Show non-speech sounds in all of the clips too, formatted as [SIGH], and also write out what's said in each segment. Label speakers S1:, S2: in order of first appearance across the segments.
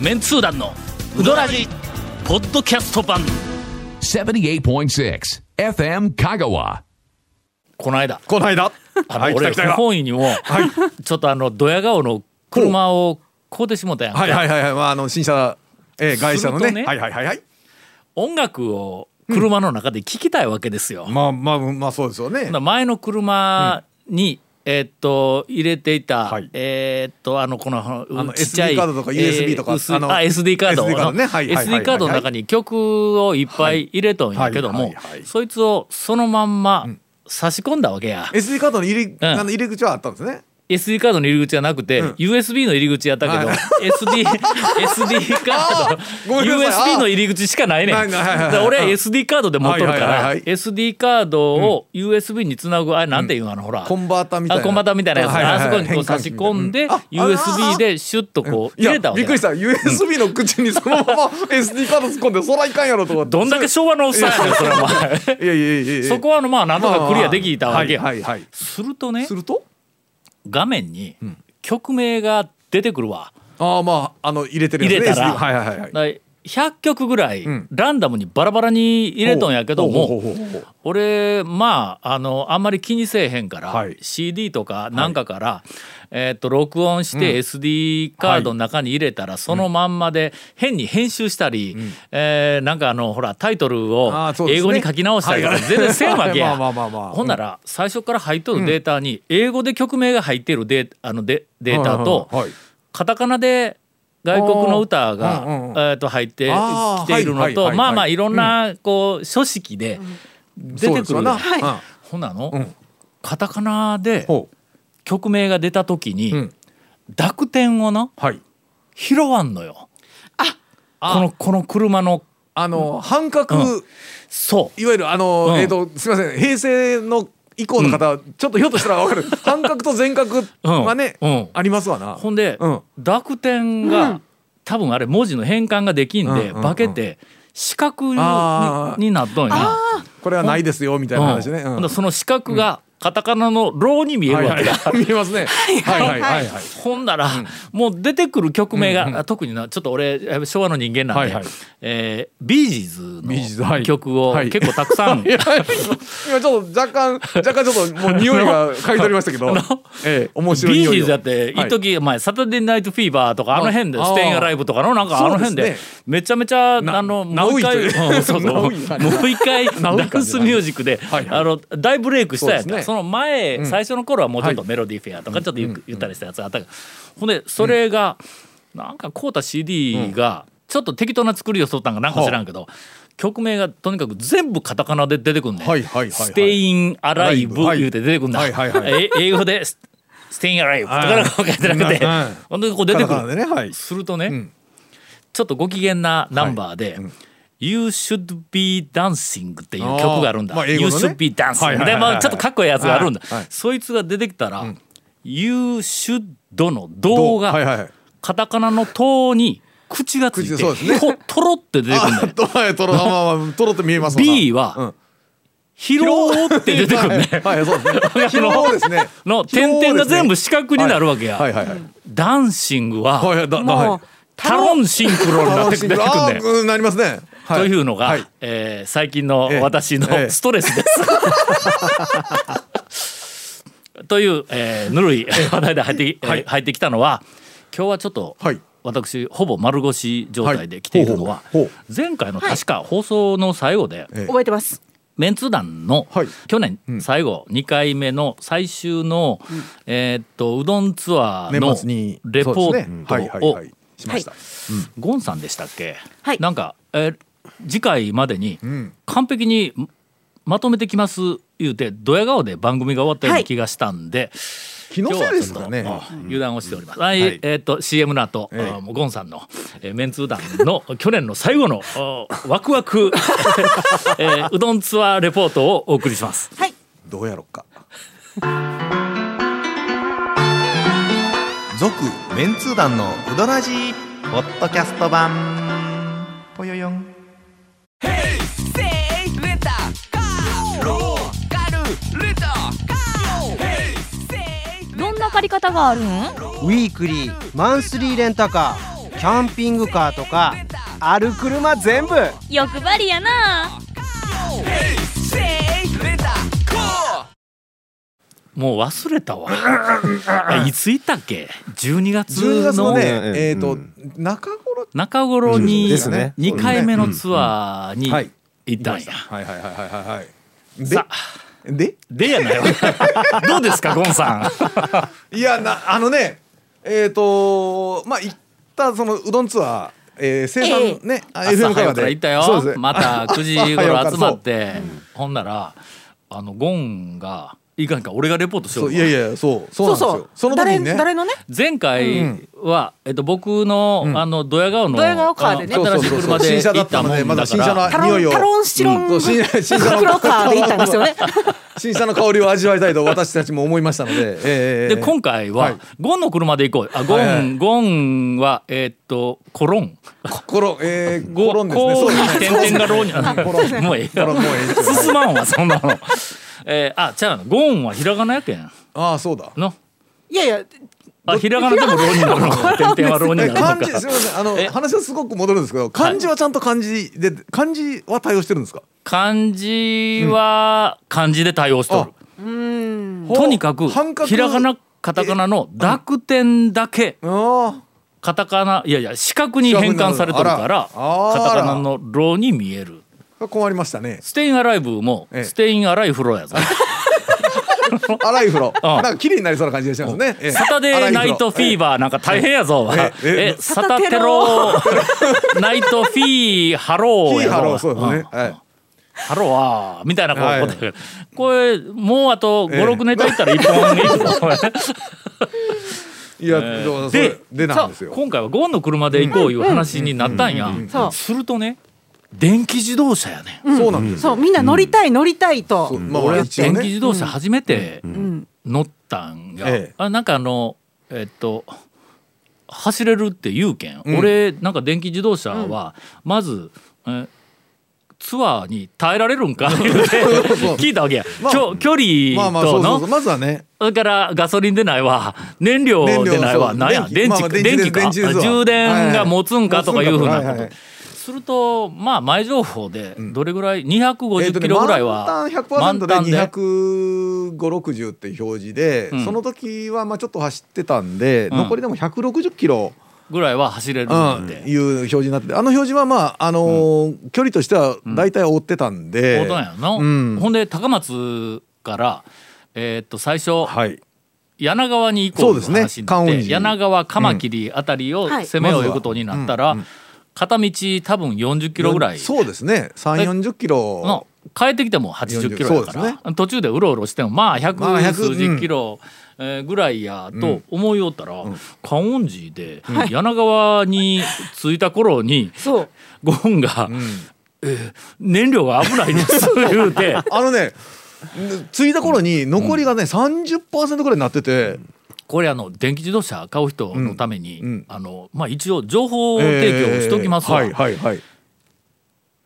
S1: メンツー団のウドラジポッドキャスト版
S2: 78.6 FM Kagawa.
S1: この間
S3: この間。
S1: あの、
S3: はい、来
S1: 俺
S3: た来た。
S1: 不
S3: は
S1: 本意にも、ちょっとあのドヤ顔の車を買うてしもたやんか、
S3: いはいはいはい、まあ、あの新車、えー、会社の
S1: する
S3: ね
S1: とね
S3: はいはいはいはい。
S1: 音楽を車の中で聴きたいわけですよ。
S3: まあまあまあそうですよね。
S1: だ前の車に、えーっと入れていた、
S3: はい
S1: えーっとあのこの
S3: あの
S1: ちっちゃい
S3: SD カードとか USB とか
S1: 薄い
S3: あの
S1: あ SD カード
S3: SD カードね
S1: あの
S3: はいはいはいはい
S1: SD カードの中に曲をいっぱい入れとんやけど
S3: は
S1: も
S3: いはいはいはい
S1: そいつをそのまんま差し込んだわけや、
S3: SD カードの入り、
S1: ん
S3: あの入り口はあったんですね。
S1: SD カードの入り口じゃなくて、USB の入り口やったけど、 [LAUGHS]
S3: はい
S1: SD, SD カード
S3: ごめんなさい
S1: USB の入り口しかないねん
S3: ないないはいはい
S1: だから俺は SD カードで持っとるから、
S3: はいはいはいはい
S1: SD カードを USB につなぐあれなんていうの、あのほら
S3: コンバータみたいな
S1: あコンバータみたいなやつ、
S3: はいはいはい
S1: あそこにこう差し込んで、
S3: 変換器みたいなうんあ
S1: USB でシュッとこう
S3: い
S1: 入
S3: や
S1: れたわ
S3: び
S1: け
S3: っくりし
S1: だ
S3: た USB の口にそのまま SD カード突っ込んでそらいかんやろと思って
S1: どんだけ昭和のおっさんやねんそれお前
S3: いやいやいやいや
S1: そこはあのまあなんとかクリアできたわけや、
S3: まあまあはいはいはい
S1: するとね
S3: すると
S1: 画面に曲名が出てくるわ、
S3: ああまああの入れてるやつね
S1: 入れたら
S3: SD はいはいはいは
S1: だ
S3: い
S1: から100曲ぐらい
S3: ん
S1: ランダムにバラバラに入れとんやけど
S3: ほうほう
S1: も
S3: ほうほうほ
S1: 俺まああのあんまり気にせえへんから、
S3: はい
S1: CD とかなんかから、えーっと録音して SD カードの中に入れたら、そのまんまで変に編集したり、えーなんかあのほらタイトルを
S3: あーそうで
S1: 英
S3: すね
S1: 語に書き直したりとか
S3: はいはい
S1: 全然せんわけや。
S3: [LAUGHS] まあまあまあまあ
S1: ほんなら最初から入っとるデータに英語で曲名が入ってるデーあのデデータと
S3: はいはいはいはい
S1: カタカナで外国の歌が、
S3: うんうん
S1: え
S3: うん
S1: ー、と入って
S3: あー
S1: きている
S3: は
S1: の
S3: いはいはい
S1: と
S3: はい
S1: まあまあいろんなこう書式で出
S3: そう
S1: て
S3: で
S1: く
S3: す
S1: る
S3: わ
S1: や
S3: なんはい
S1: ほなの、
S3: うん
S1: カタカナで
S3: ほう
S1: 曲名が出た時に、
S3: うん
S1: 濁点をな
S3: はい
S1: 拾わんのよ。このこの車の
S3: あの半角
S1: うそう
S3: いわゆるあの、
S1: うん
S3: えっ、とすみません平成の以降の方は、ちょっとひょっとしたら
S1: [LAUGHS]
S3: わかる半角と全角はね、
S1: うんうん
S3: ありますわな。
S1: ほんで、
S3: うん
S1: 濁点が、多分あれ文字の変換ができんで、
S3: うんうんうん
S1: 化けて四角に
S3: あー
S1: になっとんや。
S3: これはないですよみたいな話
S1: うん
S3: ね。うん
S1: ほんでその四角がカタカナの「ロー」に見える
S3: はい
S1: わけ
S3: はい [LAUGHS]
S1: だ。
S3: 見えますね。はいはいはいはい。
S1: [LAUGHS] ほんなら、もう出てくる曲名が、あ特になちょっと俺やっぱ昭和の人間なんで、
S3: はいはい
S1: えービージ
S3: ビージ
S1: ー
S3: ー
S1: ズ
S3: ズは
S1: の
S3: い
S1: 曲を
S3: はい
S1: 結構たく
S3: [LAUGHS]
S1: さん、
S3: 今ちょっと若干若干ちょっともう匂いが嗅い取りました
S1: [LAUGHS]
S3: けど、ええ、面白い
S1: ビー
S3: 匂
S1: ジ
S3: い
S1: ー
S3: を
S1: ズだって
S3: はい
S1: 一時、前サタデーナイトフィーバーとかあの辺で
S3: あ
S1: ステインアライブとかのなんかあの辺
S3: そう
S1: で
S3: です
S1: めちゃめちゃあ
S3: な
S1: の
S3: ナ
S1: もう
S3: ウ
S1: 一
S3: イ
S1: 回
S3: という
S1: うん
S3: [LAUGHS]
S1: そうそう
S3: ナ
S1: もう
S3: ウイ
S1: 一
S3: は [LAUGHS]
S1: 回
S3: ウイ
S1: ダンスミュージックで
S3: はいはい
S1: あの大ブレイクしたやつ
S3: そうです
S1: が
S3: ね
S1: その前最初の頃はもうちょっと
S3: は
S1: メロディーフェアとかちょっとゆっゆったりしたやつあったけどほんでそれがなんかこうた CD がちょっと適当な作りをしとったんかなんか知らんけど曲名がとにかく全部カタカナで出てくんねん
S3: はいはいはいはい
S1: ステインアライブ
S3: はい
S1: 言うて出てくんだ
S3: はいはいは
S1: え英語でス「ステインアライブ」と
S3: はい
S1: かなんか書いてなくて
S3: うんうん
S1: ほんでこう出てく
S3: カタカナ
S1: る
S3: でねはい
S1: するとね、
S3: ん
S1: ちょっとご機嫌なナンバーで「You should be dancing」っていう曲があるんだ「
S3: あーまあ英
S1: You
S3: 語のね
S1: should be dancing」
S3: はいはいはい
S1: で、まあ、ちょっとかっこいいやつがあるんだ、
S3: はいはい
S1: そいつが出てきたら「You should」の「動画、
S3: はいはいはい
S1: カタカナの「と」に口がついて
S3: 口そうですね
S1: ととろって
S3: [LAUGHS]
S1: 出てくるんだよ
S3: あ。とはいとろあまあまあとろって見えますわな。
S1: B は「拾おう」って出てくるね。
S3: はいはいそうです
S1: [LAUGHS]
S3: ね。
S1: あの
S3: 広尾ですね。
S1: の
S3: 広
S1: 点
S3: 尾ですね
S1: 々が全部四角になるわけや。
S3: はいはいはい。
S1: ダンシングは、
S3: はいはいだだはい
S1: もうタロンシンクロになってくる
S3: あ
S1: ね。
S3: ーうんなりますね。は
S1: というのが、
S3: はい
S1: えー最近の
S3: ええ
S1: 私の
S3: ええ
S1: ストレスです。 [LAUGHS] という、えーぬるい話題で入って,、
S3: [LAUGHS]
S1: えー入ってきたのは今日はちょっと、
S3: はい
S1: 私ほぼ丸腰状態で来ているのは、
S3: はいほうほうほ
S1: 前回の確か放送の最後で、
S3: ええ
S4: 覚えてます。
S1: メンツー団の
S3: はい
S1: 去年最後2回目の最終のえーっとうどんツアー
S3: 年末に
S1: のレポ
S3: そうですねはい
S1: ー
S3: はい
S1: トを
S3: はいしました。
S1: ゴンさんでしたっけ
S4: はい
S1: なんかえー次回までに
S3: ん
S1: 完璧にまとめてきます言うてドヤ顔で番組が終わったような気がしたんで
S3: 気の
S1: 今日
S3: せい
S1: は
S3: で
S1: ち
S3: す
S1: ょっと
S3: かね。
S1: うん油断をしております。はい
S3: はい
S1: えーっと CM の後あ
S3: ええ
S1: ーもうゴンさんのえーメンツー団の [LAUGHS] 去年の最後のあーワクワク [LAUGHS] えーうどんツアーレポートをお送りします。
S4: はい。
S3: どうやろっか。続
S5: メンツー団のウドラジポッドキャスト版ぽよよん
S6: どんな借り方があるん
S7: ウィークリーマンスリーレンタカー
S4: キャンピングカーとかある車全部
S6: 欲張りやな
S1: もう忘れ
S3: [LAUGHS]
S1: たわあいついたっけ12月
S3: 12月の
S1: の
S3: ね
S5: うん、
S3: えっ、と、
S5: うん
S3: 中頃。
S1: 中頃に
S3: ですね
S1: 2回目のツアーに
S3: はい。
S1: 行ったんや、
S3: はいはいはいはいはいはい。で
S1: さ、
S3: で、
S1: でやないわ [LAUGHS] どうですかゴンさ
S3: いや、な、あのね、えっ、と、まあ、行ったそのうどんツアー。えー、生産ね、
S1: ん
S3: あ FM
S1: 朝早くから
S3: で
S1: 行った
S3: そ
S1: よ、
S3: うですね
S1: また9時
S3: 朝早くか
S1: 頃
S3: ら
S1: 集まってほんならあのゴンがいかんか俺がレポートしよ
S3: そうういやいやそうそうなんですよその時
S4: 誰
S3: にね
S4: 誰
S3: [LAUGHS]
S4: のね
S1: 前回は、えっと、僕の,、あのドヤ顔の
S4: ドヤ顔カーでね
S1: あの新しい車で
S3: 新車
S1: 行
S3: だ
S1: っ
S3: ったた
S1: も
S3: の
S1: んだから
S3: でまだ新車
S4: タ
S3: の匂
S4: ロ
S3: い
S4: ン
S3: を
S4: タロンシロン
S3: そう新車新車の
S4: 黒カーで行ったんですよね
S3: 新車の香りを味わいたいと私たちも思いましたので、え
S1: で今回は、
S3: はい
S1: ゴンの車で行こうあゴン、
S3: はいはい
S1: ゴンはえっとコロン
S3: 心えー、
S1: ゴ
S3: ゴロンですね
S1: コ
S3: そう
S1: ー
S3: で
S1: ン
S3: すね
S1: に点々がローにあ
S3: コロン
S1: もうええ
S3: コロンもうええですよ
S1: 進まんわそんなのえー、あちゃうのゴンはひらがなやけん
S3: ああそうだ
S1: の
S4: いやいや
S1: あひらがなでもローになるのか点々はローにな
S3: え
S1: るのか
S3: [LAUGHS] 漢字すみませんあの
S1: え
S3: 話はすごく戻るんですけど漢字はちゃんと漢字で漢字は対応してるんですか
S1: 漢字は漢字で対応しとる、とにかく
S3: 半角
S1: ひらがなカタカナの濁点だけ
S3: あ
S1: カタカナいやいや四角に変換されてるから
S3: あらあら
S1: カタカナの「ロ」に見える
S3: あ困りましたね
S1: ステインアライブも
S3: ええ
S1: ステインアライフロやぞ
S3: 荒い風呂
S1: ああ
S3: なんか綺麗になりそうな感じがしますねええ
S1: サタデーナイトフィー
S3: 荒い風呂
S1: バーなんか大変やぞ
S3: えええ
S1: え
S3: え
S1: サタテロナイトフィーハロー
S3: ええキ
S1: や
S3: ーハローそう
S1: ぞ
S3: ですね
S1: うん
S3: はい
S1: ハローはみたいなこ
S3: はいう
S1: ことやこれもうあと
S3: ええ
S1: 56ネタいったら一本いくぞこれ
S3: いやそうそ
S1: で
S3: れでなんです
S1: さ
S3: よ
S1: 今回はゴンの車で行こういう話になったんや
S4: そう
S1: するとね電気自動車やねん
S3: そうなんです
S4: そうみんな乗りたい乗りたい
S3: そう
S4: と
S3: まあ
S1: 俺は
S3: 一応
S1: 電気自
S3: ね
S1: 動車初めて
S4: ん
S1: 乗ったんが、
S3: ええ
S1: あなんかあのえっと走れるって言うけん、
S3: うん
S1: 俺なんか電気自動車はまず、えツアーに耐えられるんか言うて
S3: そうそう
S1: 聞いたわけや、
S3: まあ
S1: きょ距
S3: まあま
S1: 離
S3: あ
S1: と
S3: そうそうそ
S1: の
S3: うまずはね
S1: それからガソリンでないわ燃料でないわ
S3: 燃料そう
S1: なんや電池,、
S3: 電気まあまあ
S1: 電
S3: 電
S1: 気
S3: 池
S1: か
S3: 電池ですわ
S1: 充電が持つんかとかいうふうなこと、
S3: はいはい
S1: するとまあ前情報でどれぐらい250キロぐらいは、
S3: えーとね満タン100%で
S1: 満
S3: 2560っていう表示で、
S1: うん
S3: その時はまあちょっと走ってたんで、
S1: うん
S3: 残りでも160キロ、
S1: ぐらいは走れるん
S3: う
S1: だ
S3: ん
S1: って、
S3: いう表示になっててあの表示はまあ、あのー距離としては大体追ってたんで、
S1: そうなんやの、
S3: うん
S1: ほんで高松からえーっと最初、
S3: はい、
S1: 柳川に行こうという
S3: そうで
S1: 話
S3: す
S1: に
S3: ね
S1: なっ
S3: 関
S1: て、
S3: 雲寺
S1: 柳川カマキリあたりを
S4: はい
S1: 攻めよういうことになったら、片道多分40キロぐらい
S3: そうですね3 4 0キロ
S1: の帰ってきても80キロだか
S3: そう
S1: ら
S3: で、
S1: 途中でうろうろしてもまあ
S3: ま
S1: 100
S3: あ100
S1: 数十キロえーぐらいやと思いよったら観音寺で柳川に着いた頃に
S4: そう
S1: ゴンが「燃料が危ない
S3: [LAUGHS]
S1: です」言うて。
S3: あのね着いた頃に残りがね、30%ぐらいになってて、
S1: これあの電気自動車買う人のために、
S3: うんうん
S1: あのまあ、一応情報提供しときますわ、
S3: えーはいはいはい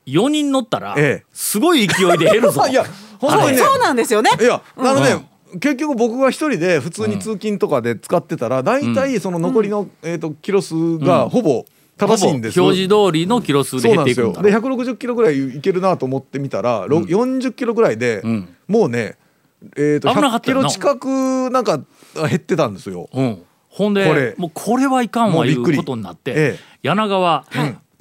S1: 4人乗ったら、
S3: ええ
S1: すごい勢いで減るぞ
S3: [LAUGHS] いや本当にね
S4: そうなんですよね
S3: いやあのね、結局僕が一人で普通に通勤とかで使ってたら大体その残りの、えー、とキロ数がほぼ正しいんです
S1: ほぼ表示通りのキロ数で
S3: そう
S1: 減
S3: な
S1: ってい
S3: んです
S1: くん
S3: よ
S1: だ
S3: で160キロぐらいいけるなと思ってみたら、ろ40キロぐらいで、
S1: ん
S3: もうね、えー、と
S1: 危なかっ
S3: 100
S1: た
S3: キ
S1: よ
S3: ロ
S1: な
S3: 近くなんか減ってたんですよ。
S1: うん、ほんで
S3: これ
S1: もうこれはいかん
S3: も
S1: わ
S3: う
S1: い
S3: びっく
S1: う
S3: り
S1: ことになって、
S3: ええ
S1: 柳川、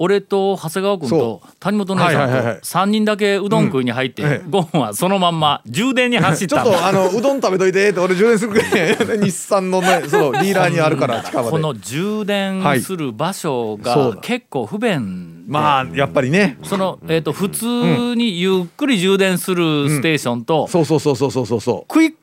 S1: 俺と長谷川君と
S3: そ
S1: 谷本姉さ
S3: はいはいは
S1: ん
S3: い
S1: と3人だけうどん食いに入って、
S3: うんええ
S1: ゴンはそのまんま充電に走っ
S3: ちょ
S1: た
S3: っ
S1: んだ
S3: とあのうどん食べといてって俺充電するぐらい日産の
S1: [LAUGHS]
S3: ね [LAUGHS] そのリーダーにあるから近場
S1: こ
S3: で
S1: の充電する場所
S3: はいそ
S1: が
S3: うだ
S1: 結構不便で、
S3: まあやっぱりね
S1: その、えー、と普通にゆっくり充電するステーションと、
S3: そうそうそうそうそうそうそう
S1: クイッ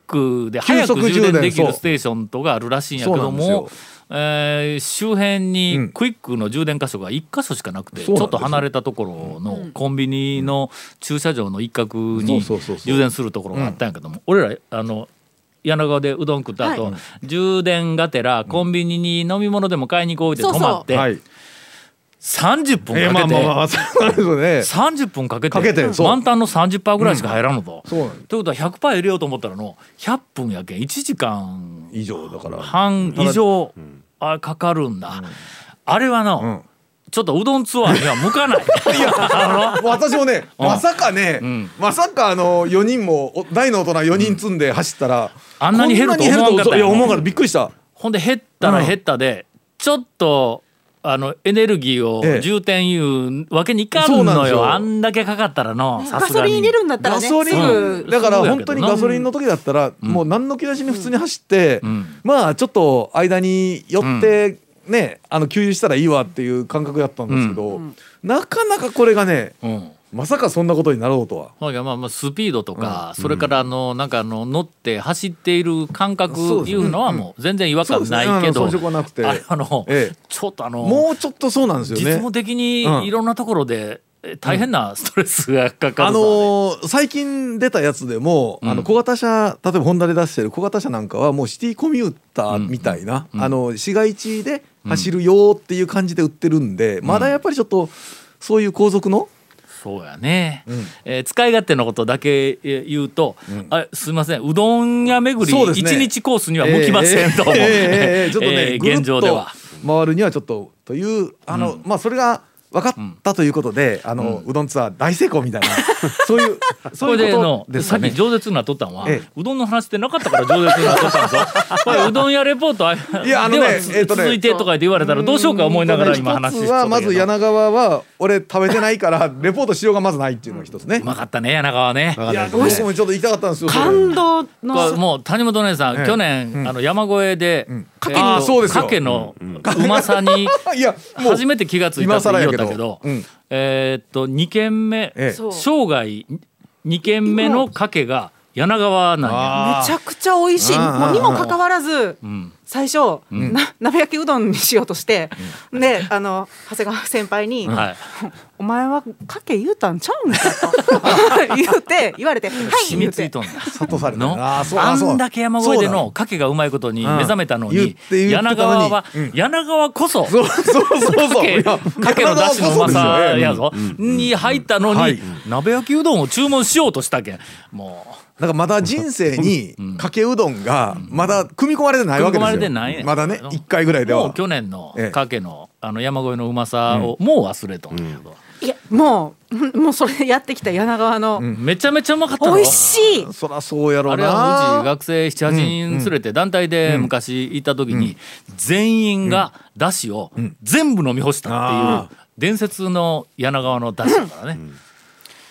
S1: クで早く
S3: 急速
S1: 充
S3: 充
S1: 電
S3: 電
S1: でき
S3: そ
S1: る
S3: う
S1: ステーションとかあるらしいんやけど
S3: そうなんです
S1: も
S3: よ、
S1: えー周辺
S3: う
S1: に
S3: ん
S1: クイックの充電箇所が1箇所しかなくて、
S3: そう
S1: ち
S3: な
S1: ょっ
S3: んですよ
S1: と離れたところのコンビニの駐車場の一角に
S3: そうそうそうそう
S1: 充電するところがあったんやけども、俺らあの柳川でうどん食った後、充電がてらコンビニに飲み物でも買いに行こうって
S4: そう
S1: 泊
S4: そう
S1: まって
S3: はい
S1: 30分かけて。
S3: えーまあまあまあそうなんです
S1: [LAUGHS]
S3: よね
S1: 30分かけて
S3: かけてそう
S1: 満タンの30%ぐらいしか入らんのと。
S3: そうなんです
S1: ということは100%入れようと思ったらの100分やけん1時間
S3: 以上だから
S1: 半以上あかかるんだ。あれはの、
S3: ん
S1: ちょっとうどんツアーには向
S3: [LAUGHS]
S1: かないいやあ
S3: 私
S1: [LAUGHS]
S3: もね、まさかね、
S1: ん
S3: まさかあの4人もお大の大人4人積んで走ったら、
S1: あんなに減ると思わんかったよ
S3: こんなに減るといや思わんかったびっくりした
S1: のほんで減ったら減ったで、ちょっとあのエネルギーを
S3: ええ
S1: 充填いうわけにいかん
S3: そうなん
S1: の
S3: です
S1: よ
S3: よ
S1: あんだけかかったらのさ
S6: ガ
S1: す
S6: ソ
S1: が
S6: リン入
S1: に
S6: れるんだったら
S3: ガ
S6: ね
S3: ソリ
S6: す
S3: ン
S6: ぐ
S3: だから
S1: そうやけど
S3: 本当
S1: な
S3: にガソリンの時だったらもう何の気なしに普通に走って、
S1: ん
S3: まあちょっと間に寄ってね、あの給油したらいいわっていう感覚だったんですけど、なかなかこれがね
S1: うん
S3: まさかそんなことになろうとは。
S1: ほんじゃまあまあスピードとか、それからあのなんかあの乗って走っている感覚
S3: そうですね
S1: いうのはもう全然違和感ないけ
S3: そう
S1: ど、
S3: ですねあの遜色はなくて
S1: あれあの、
S3: ええ
S1: ちょっとあの
S3: もうちょっとそうなんですよね。
S1: 実務的にいろんなところでえ大変なストレスがかか
S3: あ
S1: る
S3: の
S1: さ
S3: ー最近出たやつでも、あの小型車例えばホンダで出してる小型車なんかはもうシティコミューターみたいな、あの市街地で走るよっていう感じで売ってるんで、まだやっぱりちょっとそういう後続の、
S1: そうやね、えー使い勝手のことだけえー言うと、あれすみませんうどん屋巡
S3: そう
S1: り
S3: です
S1: 一、
S3: ね
S1: 日コースには向きませんと、
S3: ええええええちょっとね、
S1: えー
S3: ぐるっ
S1: 現状では。
S3: 回るにはちょっとというあの、まあそれが分かったということで、あのうどんツアー大成功みたいなそういう
S1: こ
S3: そう
S1: れ
S3: い
S1: で
S3: う
S1: の
S3: ことです
S1: さ
S3: か
S1: っき
S3: ね。
S1: 饒舌になっとったんは、
S3: ええ
S1: うどんの話ってなかったから饒舌になっとったん
S3: [LAUGHS]
S1: ぞこれうどん屋レポートあ
S3: いやあのね
S1: では
S3: えっとね
S1: 続いてとか言って言われたらどうしようか思いながら今話し
S3: 一
S1: て
S3: つはまず
S1: う
S3: 柳川は俺食べてないからレポートしようがまずないっていうのが一つね。
S1: まかったね柳川ね
S3: いやどうしてもちょっと行きたかったんですよ。それ
S6: 感動
S1: これ
S6: の
S1: もう谷本姉さん、
S3: ええ
S1: 去年、あの山越えで、えっと
S3: あーそうですよ
S1: かけのうまさに
S3: いや [LAUGHS] もう
S1: 初めて気がついたって言いよったけど、
S3: 今更やけどうん
S1: えーっと2軒目、
S3: ええ
S6: そう
S1: 生涯2軒目のかけが柳川なんや
S3: あ
S6: めちゃくちゃ美味しい
S3: あー
S6: もうにもかかわらず、最初、な鍋焼きうどんにしようとして、であの長谷川先輩に、 [LAUGHS]
S1: はい、
S6: お前はかけ言うたんちゃうん
S3: [LAUGHS]
S6: かと言うて言われて「はい」
S1: 染
S6: 言
S1: み
S6: う
S1: つい
S6: て
S1: とんだ。
S3: ー諭された
S1: の
S3: な
S1: あ
S3: あそうあそうん
S1: だけ山越えで
S3: そう
S1: のかけがうまいことに目覚めたの
S3: うん言っ
S1: に
S3: て言ってたの
S1: 柳川
S3: に
S1: は
S3: うん
S1: 柳川こそ
S3: だそうそうそう
S1: か
S3: そう
S1: け
S3: いや
S1: かけのだしのうまさやぞに入ったの
S3: は
S1: に
S3: い
S1: 鍋焼きうどんを注文しようとしたけんも
S3: だからまだ人 [LAUGHS] 生にかけうどんがまだ組み込まれてないわけで
S1: 組み込
S3: すよ
S1: まれてないね
S3: まだね
S1: うん
S3: 一回ぐらいうで
S1: もう
S3: は
S1: 去年の
S3: ええ
S1: かけのあの山越えのうまさをもう忘れとんだけど
S6: いやもう [LAUGHS] もうそれやってきた柳川の、
S1: めちゃめちゃうまかった
S6: 美
S1: の
S6: 味しい
S3: そらそうやろ
S1: あ
S3: う
S1: れはうち
S3: な
S1: 学生78人連れて団体で昔行った時に全員がだしを全部飲み干したっていう伝説の柳川のだしだからね。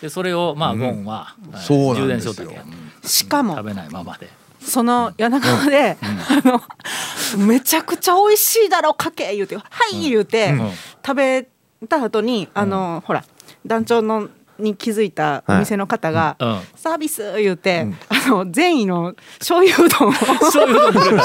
S1: でそれをまあゴンははい
S3: そうな
S1: 充
S3: ん
S1: 電
S3: で
S1: し
S3: す
S1: よ
S3: よ
S1: ったけんうん
S6: しかも
S1: 食べないままで。
S6: その柳川で、あのめちゃくちゃ美味しいだろかけ言うて「はい」言うて、
S1: ん
S6: 食べた後にあの、ほら団長のに気づいたお店の方が「
S1: うんうん
S6: サービス」言うて、あの善意の醤油うどんを [LAUGHS]
S1: そういうことくれた。うんで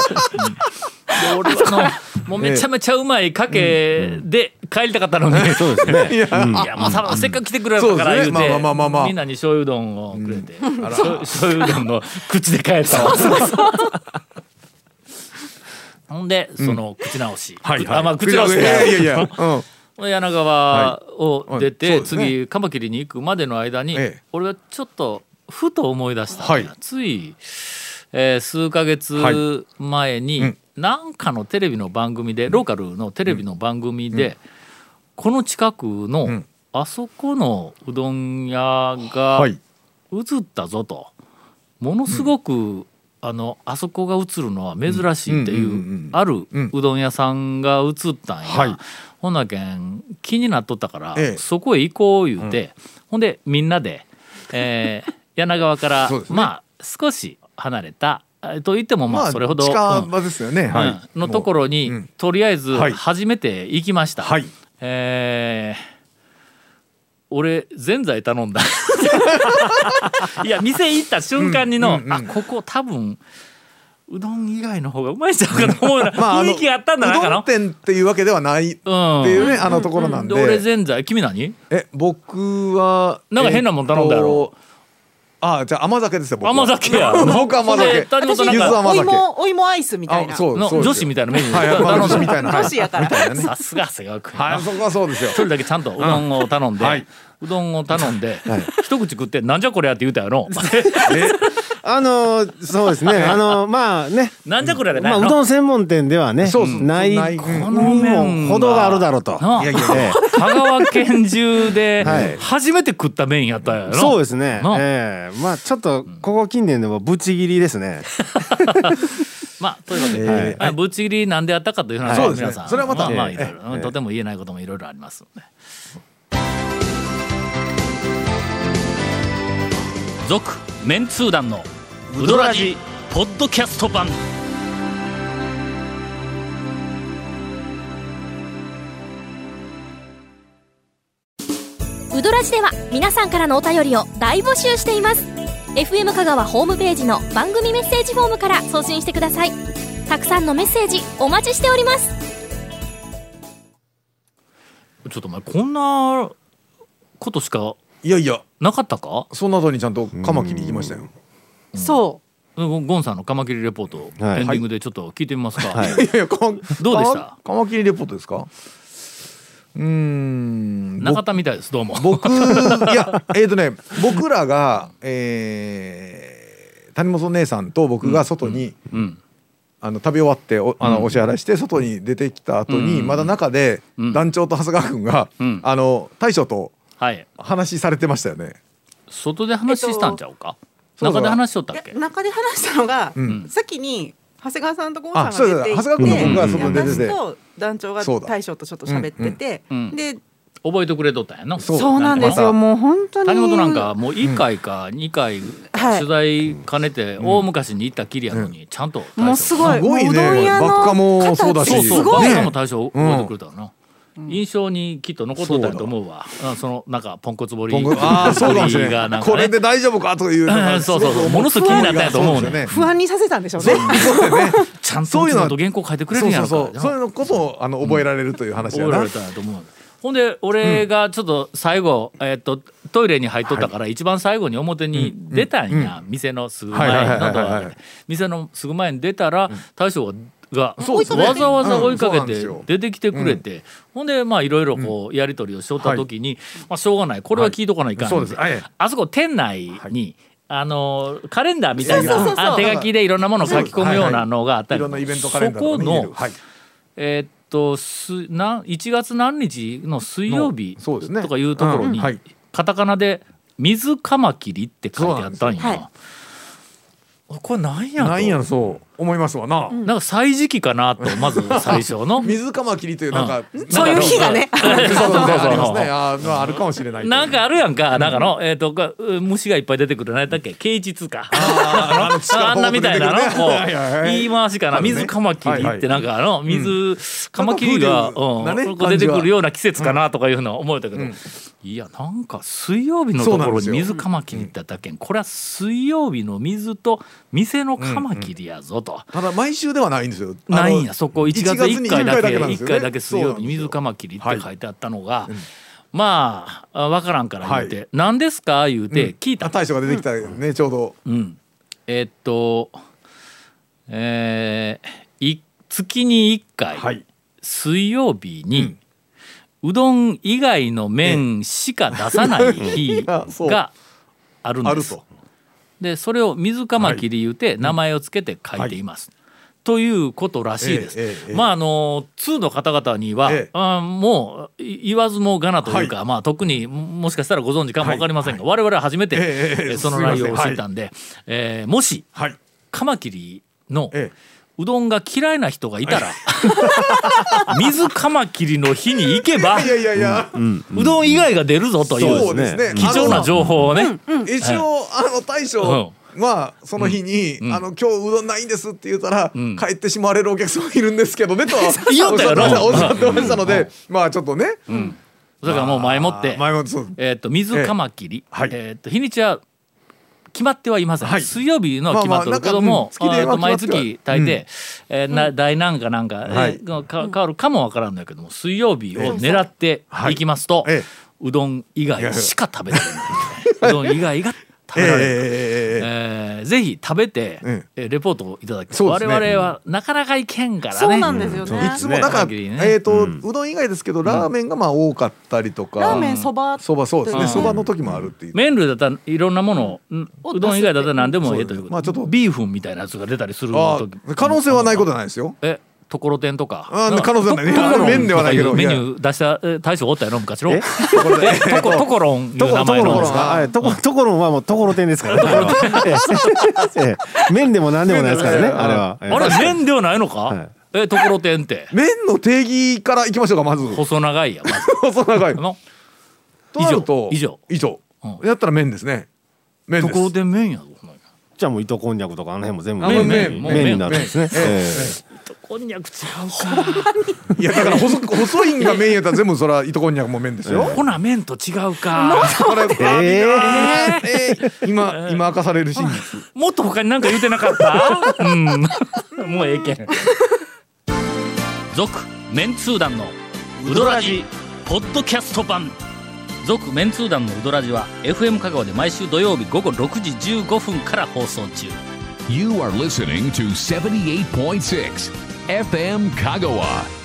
S1: 俺はあのもうめちゃめちゃうまいかけで帰りたかったのに。
S7: そうですね。
S3: いや
S1: [LAUGHS] いやもうさせっかく来てくれるから言う
S3: そうですね
S1: て
S3: まあまあまあまあ
S1: みんなに醤油うどんをくれて醤醤油うどんの口で帰ったわ [LAUGHS] ほんでその口直し
S7: はいはい
S1: あまあ口直し
S3: いやいやいや
S1: で
S3: [LAUGHS] うん
S1: 柳川を出
S3: はい
S1: て
S3: そうですね
S1: 次カマキリに行くまでの間に
S3: ええ
S1: 俺はちょっとふと思い出したんだ
S3: はい
S1: ついえー数ヶ
S3: はい
S1: 月前
S3: う
S1: に
S3: ん
S1: 何かのテレビの番組でローカルのテレビの番組でこの近く
S3: う
S1: の
S3: ん
S1: あそこのうどん屋
S3: は
S1: が
S3: い
S1: 映ったぞとものすごくあのあそこが映るのは珍しいって
S3: うんう
S1: いう
S3: んうんうん
S1: ある
S3: うん
S1: うどん屋さんが映ったん
S3: は
S1: や
S3: い
S1: ほなけん気になっとったから
S3: ええ
S1: そこへ行こう言うてほんでみんなでえ
S3: [LAUGHS]
S1: ー柳川から
S3: そうですね
S1: まあ少し離れたえと言ってもま
S3: ま
S1: あ
S3: あ
S1: それほど
S3: 近
S1: うん
S3: 場ですよねは
S1: うん
S3: い
S1: のところに、
S3: もううん
S1: とりあえず
S3: はい
S1: 初めて行きました、
S3: はい
S1: えー俺ぜんざい頼ん
S3: [LAUGHS]
S1: だいや店行った瞬間にの、
S3: うんうんうん
S1: あここ多分うどん以外の方がうまいんちゃうかと思うような
S3: [LAUGHS] まああ
S1: 雰
S3: の
S1: 囲気があったんだなんか
S3: うど
S1: の
S3: ん店っていうわけではないっていうねあのところな
S1: うんん
S3: で
S1: で俺ぜんざい君何
S3: え僕は
S1: なんか変なもん頼んだやろ
S3: えっとあじゃあ甘酒ですよ僕は
S1: 甘酒や
S3: [LAUGHS] 僕甘
S1: で
S3: 酒
S1: 谷本なん
S3: ゆず
S1: か
S3: 甘
S6: お
S3: 酒
S6: 芋お芋アイスみたいな
S3: あそう
S1: の
S3: そうですよ
S1: 女子みたいなメニュー
S3: はいはい [LAUGHS] まあ女子みたいな
S6: 女子やから
S3: みたいなね
S1: さすが長谷川君
S3: はいそこはそうですよ
S1: 一人だけちゃんとうどんを頼んで、
S3: はいう [LAUGHS]
S1: どんを頼んで、一口食って「なんじゃこりゃ」って言うたやろ
S3: え
S7: あのそうですねあのまあね
S1: なんじゃこれゃでな
S7: まあ
S1: いうの
S7: どん専門店ではね
S3: そうそう
S7: ない
S3: ない
S7: このもほどがあるだろうと。
S1: なあ
S7: ええ
S1: 香川県中で
S7: はい
S1: 初めて食った麺やったやろ
S7: そうですね。
S1: な
S7: ええまあちょっとここ近年でもブチ切りですね。
S1: まあということで、
S7: はい
S1: まあぶっちぎりなんであったかという話
S7: そ
S1: は
S7: うですね
S1: 皆さん
S3: それはまた
S1: あまあ
S7: え
S1: いろ
S7: え
S1: いろうんとても言えないこともいろいろありますので続メンツー団のウドラジポッドキャスト版
S8: ウドラジでは皆さんからのお便りを大募集しています FM 香川ホームページの番組メッセージフォームから送信してくださいたくさんのメッセージお待ちしております
S1: ちょっとお前こんなことしか
S3: いやいや
S1: なかったか
S3: その後にちゃんとカマキリ行きましたよ
S6: そ
S1: ゴゴンさんのカマキリレポート、
S7: はい
S1: エンディングでちょっと聞いてみますか、
S3: いやいやカマ
S1: どうでした
S3: カマキリレポートですかうーん
S1: なかったみたいですどうも
S3: 僕いやえっ、とね僕らが、えー、谷本姉さんと僕が外に、
S1: うん
S3: あの食べ終わっておあのお支払いして外に出てきた後に、
S1: うん
S3: まだ中で
S1: うん
S3: 団長と長谷川君が、
S1: うん
S3: あの大将と
S1: はい
S3: 話されてましたよね。
S1: 外で話したんちゃうか、
S3: そうだ
S1: 中で話しとっ
S6: う
S1: たっけ
S6: いや中で話したのが、
S3: うん
S6: 先に長谷川さんとゴン
S3: あ、
S6: さ
S3: そ
S6: ん
S3: う
S6: が
S3: だ、
S6: 出て
S3: 長
S6: い
S3: 谷川
S6: て
S3: 君が
S7: うん
S3: その出て
S6: 私
S3: て、
S6: と団長が
S3: そうだ
S6: 大将とちょっと喋ってて、
S1: うんうん
S6: で
S1: 覚えてくれとったんやな
S3: そう
S6: そうなんです
S3: また
S6: よもう本当に
S1: 谷本なんかもう1回か2回
S6: はい
S1: 取材兼ねて大昔に行ったきりやのにちゃんと大将
S6: もうすごい
S3: すごいね
S6: もううどん屋の
S3: バッカもそうだし
S1: そ
S6: 方
S1: う
S6: って
S1: そ
S6: す
S1: う
S6: ごい
S1: バ
S3: ね
S1: ッカも大将覚えてくれたよな、印象にきっと残っとったんやと思うわあそのなんかポンコツボリ
S3: 今後あー [LAUGHS] そうかもしれ
S1: が
S3: な。
S1: ないん
S3: こ
S1: か
S3: れ
S1: ね
S3: で大丈夫かというの
S1: う
S3: が
S1: んそうそうそうものすごい気になったんやと思うね
S3: そうですよ
S6: 不
S3: ね
S6: 安にさせたんでしょうね
S3: そうだよね。
S1: ちゃんと
S3: そう
S1: うち
S3: いうのは
S1: のと原稿書いてくれ
S3: そ
S1: るん
S3: う
S1: や
S3: そ
S1: ろ
S3: うそう
S1: か。ら
S3: そういうのこそあの覚えられるという話や
S1: 覚えら
S3: な
S1: れ。たんやと思うほんで俺がちょっと最後、えっとトイレに入っとったから一番最後に表に出たんや、店のすぐ前
S3: はいはいは
S1: の
S3: いはいはい
S1: ドアで店のすぐ前に出たら大将がが
S3: そうそう
S1: わざわざ追いか
S3: うんそ
S1: け
S3: うなんです
S1: て
S3: よ
S1: 出てきてくれて、ほんでまあいろいろこうやり取りをしとった時に、まあ、しょうがないこれは聞いとかないかん、
S3: そうです。あえ
S1: あそこ店内に、あのカレンダーみたい
S6: そうそうそうそう
S1: なあ手書きでいろんなものを書き込むようなのがあっ
S3: え
S1: た
S3: い
S1: り
S3: ろんなイベントカレンダーと
S1: そ
S3: か
S1: こ
S3: に入れる
S1: の
S3: はい。
S1: えーっとすなん1月何日の水曜日
S3: のそうですね
S1: とかいうところに、
S3: うんはい
S1: カタカナで「水カマキリ」って書いてあったんや。
S6: そうなんですよ
S1: これなんやと
S3: なんやそう思いますわな。
S1: なんか歳時期かなとまず最初の
S3: [LAUGHS] 水カマキリというなんか
S1: うん
S6: そういう日がね
S3: そうそうそうあります
S1: そうそう
S3: ね。あーまああるかもしれない。
S1: なんかあるやんか、なんかの、えっ、とか、う虫がいっぱい出てくる、なんだっけ、啓実か。あ [LAUGHS] のあんなみたいなの、
S3: 地下
S1: こ
S3: ポーク出てくるねはい
S1: う、
S3: はいはい
S1: 言い回しかな、
S3: あるね
S1: 水カマキリって、なんかあの、水カマキリが、
S3: なん
S1: うん
S3: か風流なね
S1: こう出てくるような季節かなとかいうのは思えたけど。いや、なんか水曜日のと
S3: そ
S1: こ
S3: うなん
S1: ろ
S3: で
S1: に
S3: す
S1: 水
S3: よ
S1: カマキリってあったっけん、これは水曜日の水と店のカマキリやぞと。
S3: ただ毎週ではないんですよ。あの
S1: ないんやそこ1月
S3: 1
S1: 1回だけ
S3: なんです
S1: 1
S3: よね
S1: 回だけ水曜日に
S3: そうなんですよ
S1: 水カマキリって書いてあったのが、まあ分からんから言って「
S3: は
S1: 何ですか?」言うて聞いた、
S3: あ大将が出てきたよね、ちょうど。
S1: うんえーっとえーい月に1回、
S3: はい
S1: 水曜日に、うどん以外の麺しか出さない日
S3: やそう
S1: があるん
S3: あ
S1: で
S3: る
S1: す
S3: と。。
S1: でそれを水カマキリ言うて名前を付けて書いています。ということらしいです。
S3: ええええええ
S1: まああの通の方々には、
S3: ええ
S1: あもうい言わずもがなというか、まあ特にももしかしたらご存知かもわかりませんが、我々は初めて、
S3: ええええ
S1: えその内容を
S3: すいま
S1: 知
S3: せん
S1: ったんで、えーもし
S3: はい。
S1: カマキリの
S3: え
S1: うどんが嫌いな人がいたら、 [LAUGHS] 水カマキリの日に行けば
S3: え。いやいやいや。
S1: [LAUGHS] うどん以外が出るぞという
S3: そうですね
S1: 貴重な情報をね。
S3: 一応あの大将はその日に「あの今日うどんないんです」って言ったら
S1: ん
S3: 帰ってしまわれるお客様いるんですけどねとは
S1: 言お
S3: お
S1: う
S3: ったしゃ
S1: や
S3: って
S1: ろ
S3: ま [LAUGHS] したおっしゃってましたのでまあちょっとね
S1: それからもう前もって
S3: あー前もってそう
S1: えー、と水カマキリ、え
S3: はい
S1: ーと日にちは決まってはいません、
S3: はい
S1: 水曜日のは決まっとるけども、
S3: まあまあなんかうん月では
S1: あーと毎
S3: 決まっては
S1: 月大
S3: い
S1: 抵、えーな大なんかなんか、
S3: は
S1: え
S3: い
S1: ーか変わるかもわからんのやけども水曜日を狙っていきますと、
S3: はいええ [LAUGHS]
S1: うどん以外しか食べられない、うどん以外が食べられる、
S3: ええええええええ
S1: えーぜひ食べて、
S3: うん
S1: えーレポートをいただきたい、
S3: そうで
S1: 我
S3: すね
S1: 々はなかなかいけんからね
S6: そうなんですよね
S3: いつもだから、
S1: ね
S3: えっと、うどん以外ですけどラーメンがまあ多かったりとか、
S6: ラーメンそば
S3: そばそうです
S1: う
S3: ね
S1: ん
S3: そばの時もあるっていう、
S1: 麺類だったらいろんなものをん
S6: を
S1: うどん以外だったら何でもええという
S3: そうですまあちょっと
S1: ビーフンみたいなやつが出たりする
S3: あ
S1: 時
S3: あ可能性はないことはないですよ
S1: えところてんとか
S3: あ可能性ないね
S1: ところん
S3: [LAUGHS] 麺ではないけ
S1: と
S3: ど
S1: かうメニ
S3: い
S1: ュー出したえ大将おったやろ昔 [LAUGHS] のえ
S7: え
S1: とこところんいう
S7: とこ
S1: 名
S7: とこ
S1: 前
S7: ろ
S1: の
S7: んですか。はいとこ、ところんはもうところてんですからね。ええ麺でも何でもないですからね。
S3: 麺でも
S7: あれは。
S1: あれ麺ではないのか、
S7: はい
S1: えところてんって
S3: 麺の定義からいきましょうかまず
S1: 細長いやまず
S3: 細
S1: [LAUGHS]
S3: 長い [LAUGHS]
S1: の
S3: となると
S1: 以上
S3: 以上
S1: う
S3: やったら麺ですね麺
S1: と
S3: です
S1: ころてん麺やぞほんまに
S7: じゃあもう糸こんにゃくとかあの辺も全部
S3: あもう麺
S7: 麺
S1: 麺
S7: 麺になるんですね。え
S1: こんにゃく違
S3: いやだから細く細いんが麺やったら全部そら糸こんにゃくも麺
S1: [LAUGHS]
S3: ですよ
S1: うほな麺と違うか
S3: これ
S7: え
S3: えー今今明かされる真実
S1: もっと他に何か言うてなかったうん [LAUGHS] もうええけん続メンツー団のウドラジポッドキャスト版続メンツー団のウドラジは FM 香川で毎週土曜日午後6時15分から放送中
S2: You are listening to 78.6 FM Kagawa.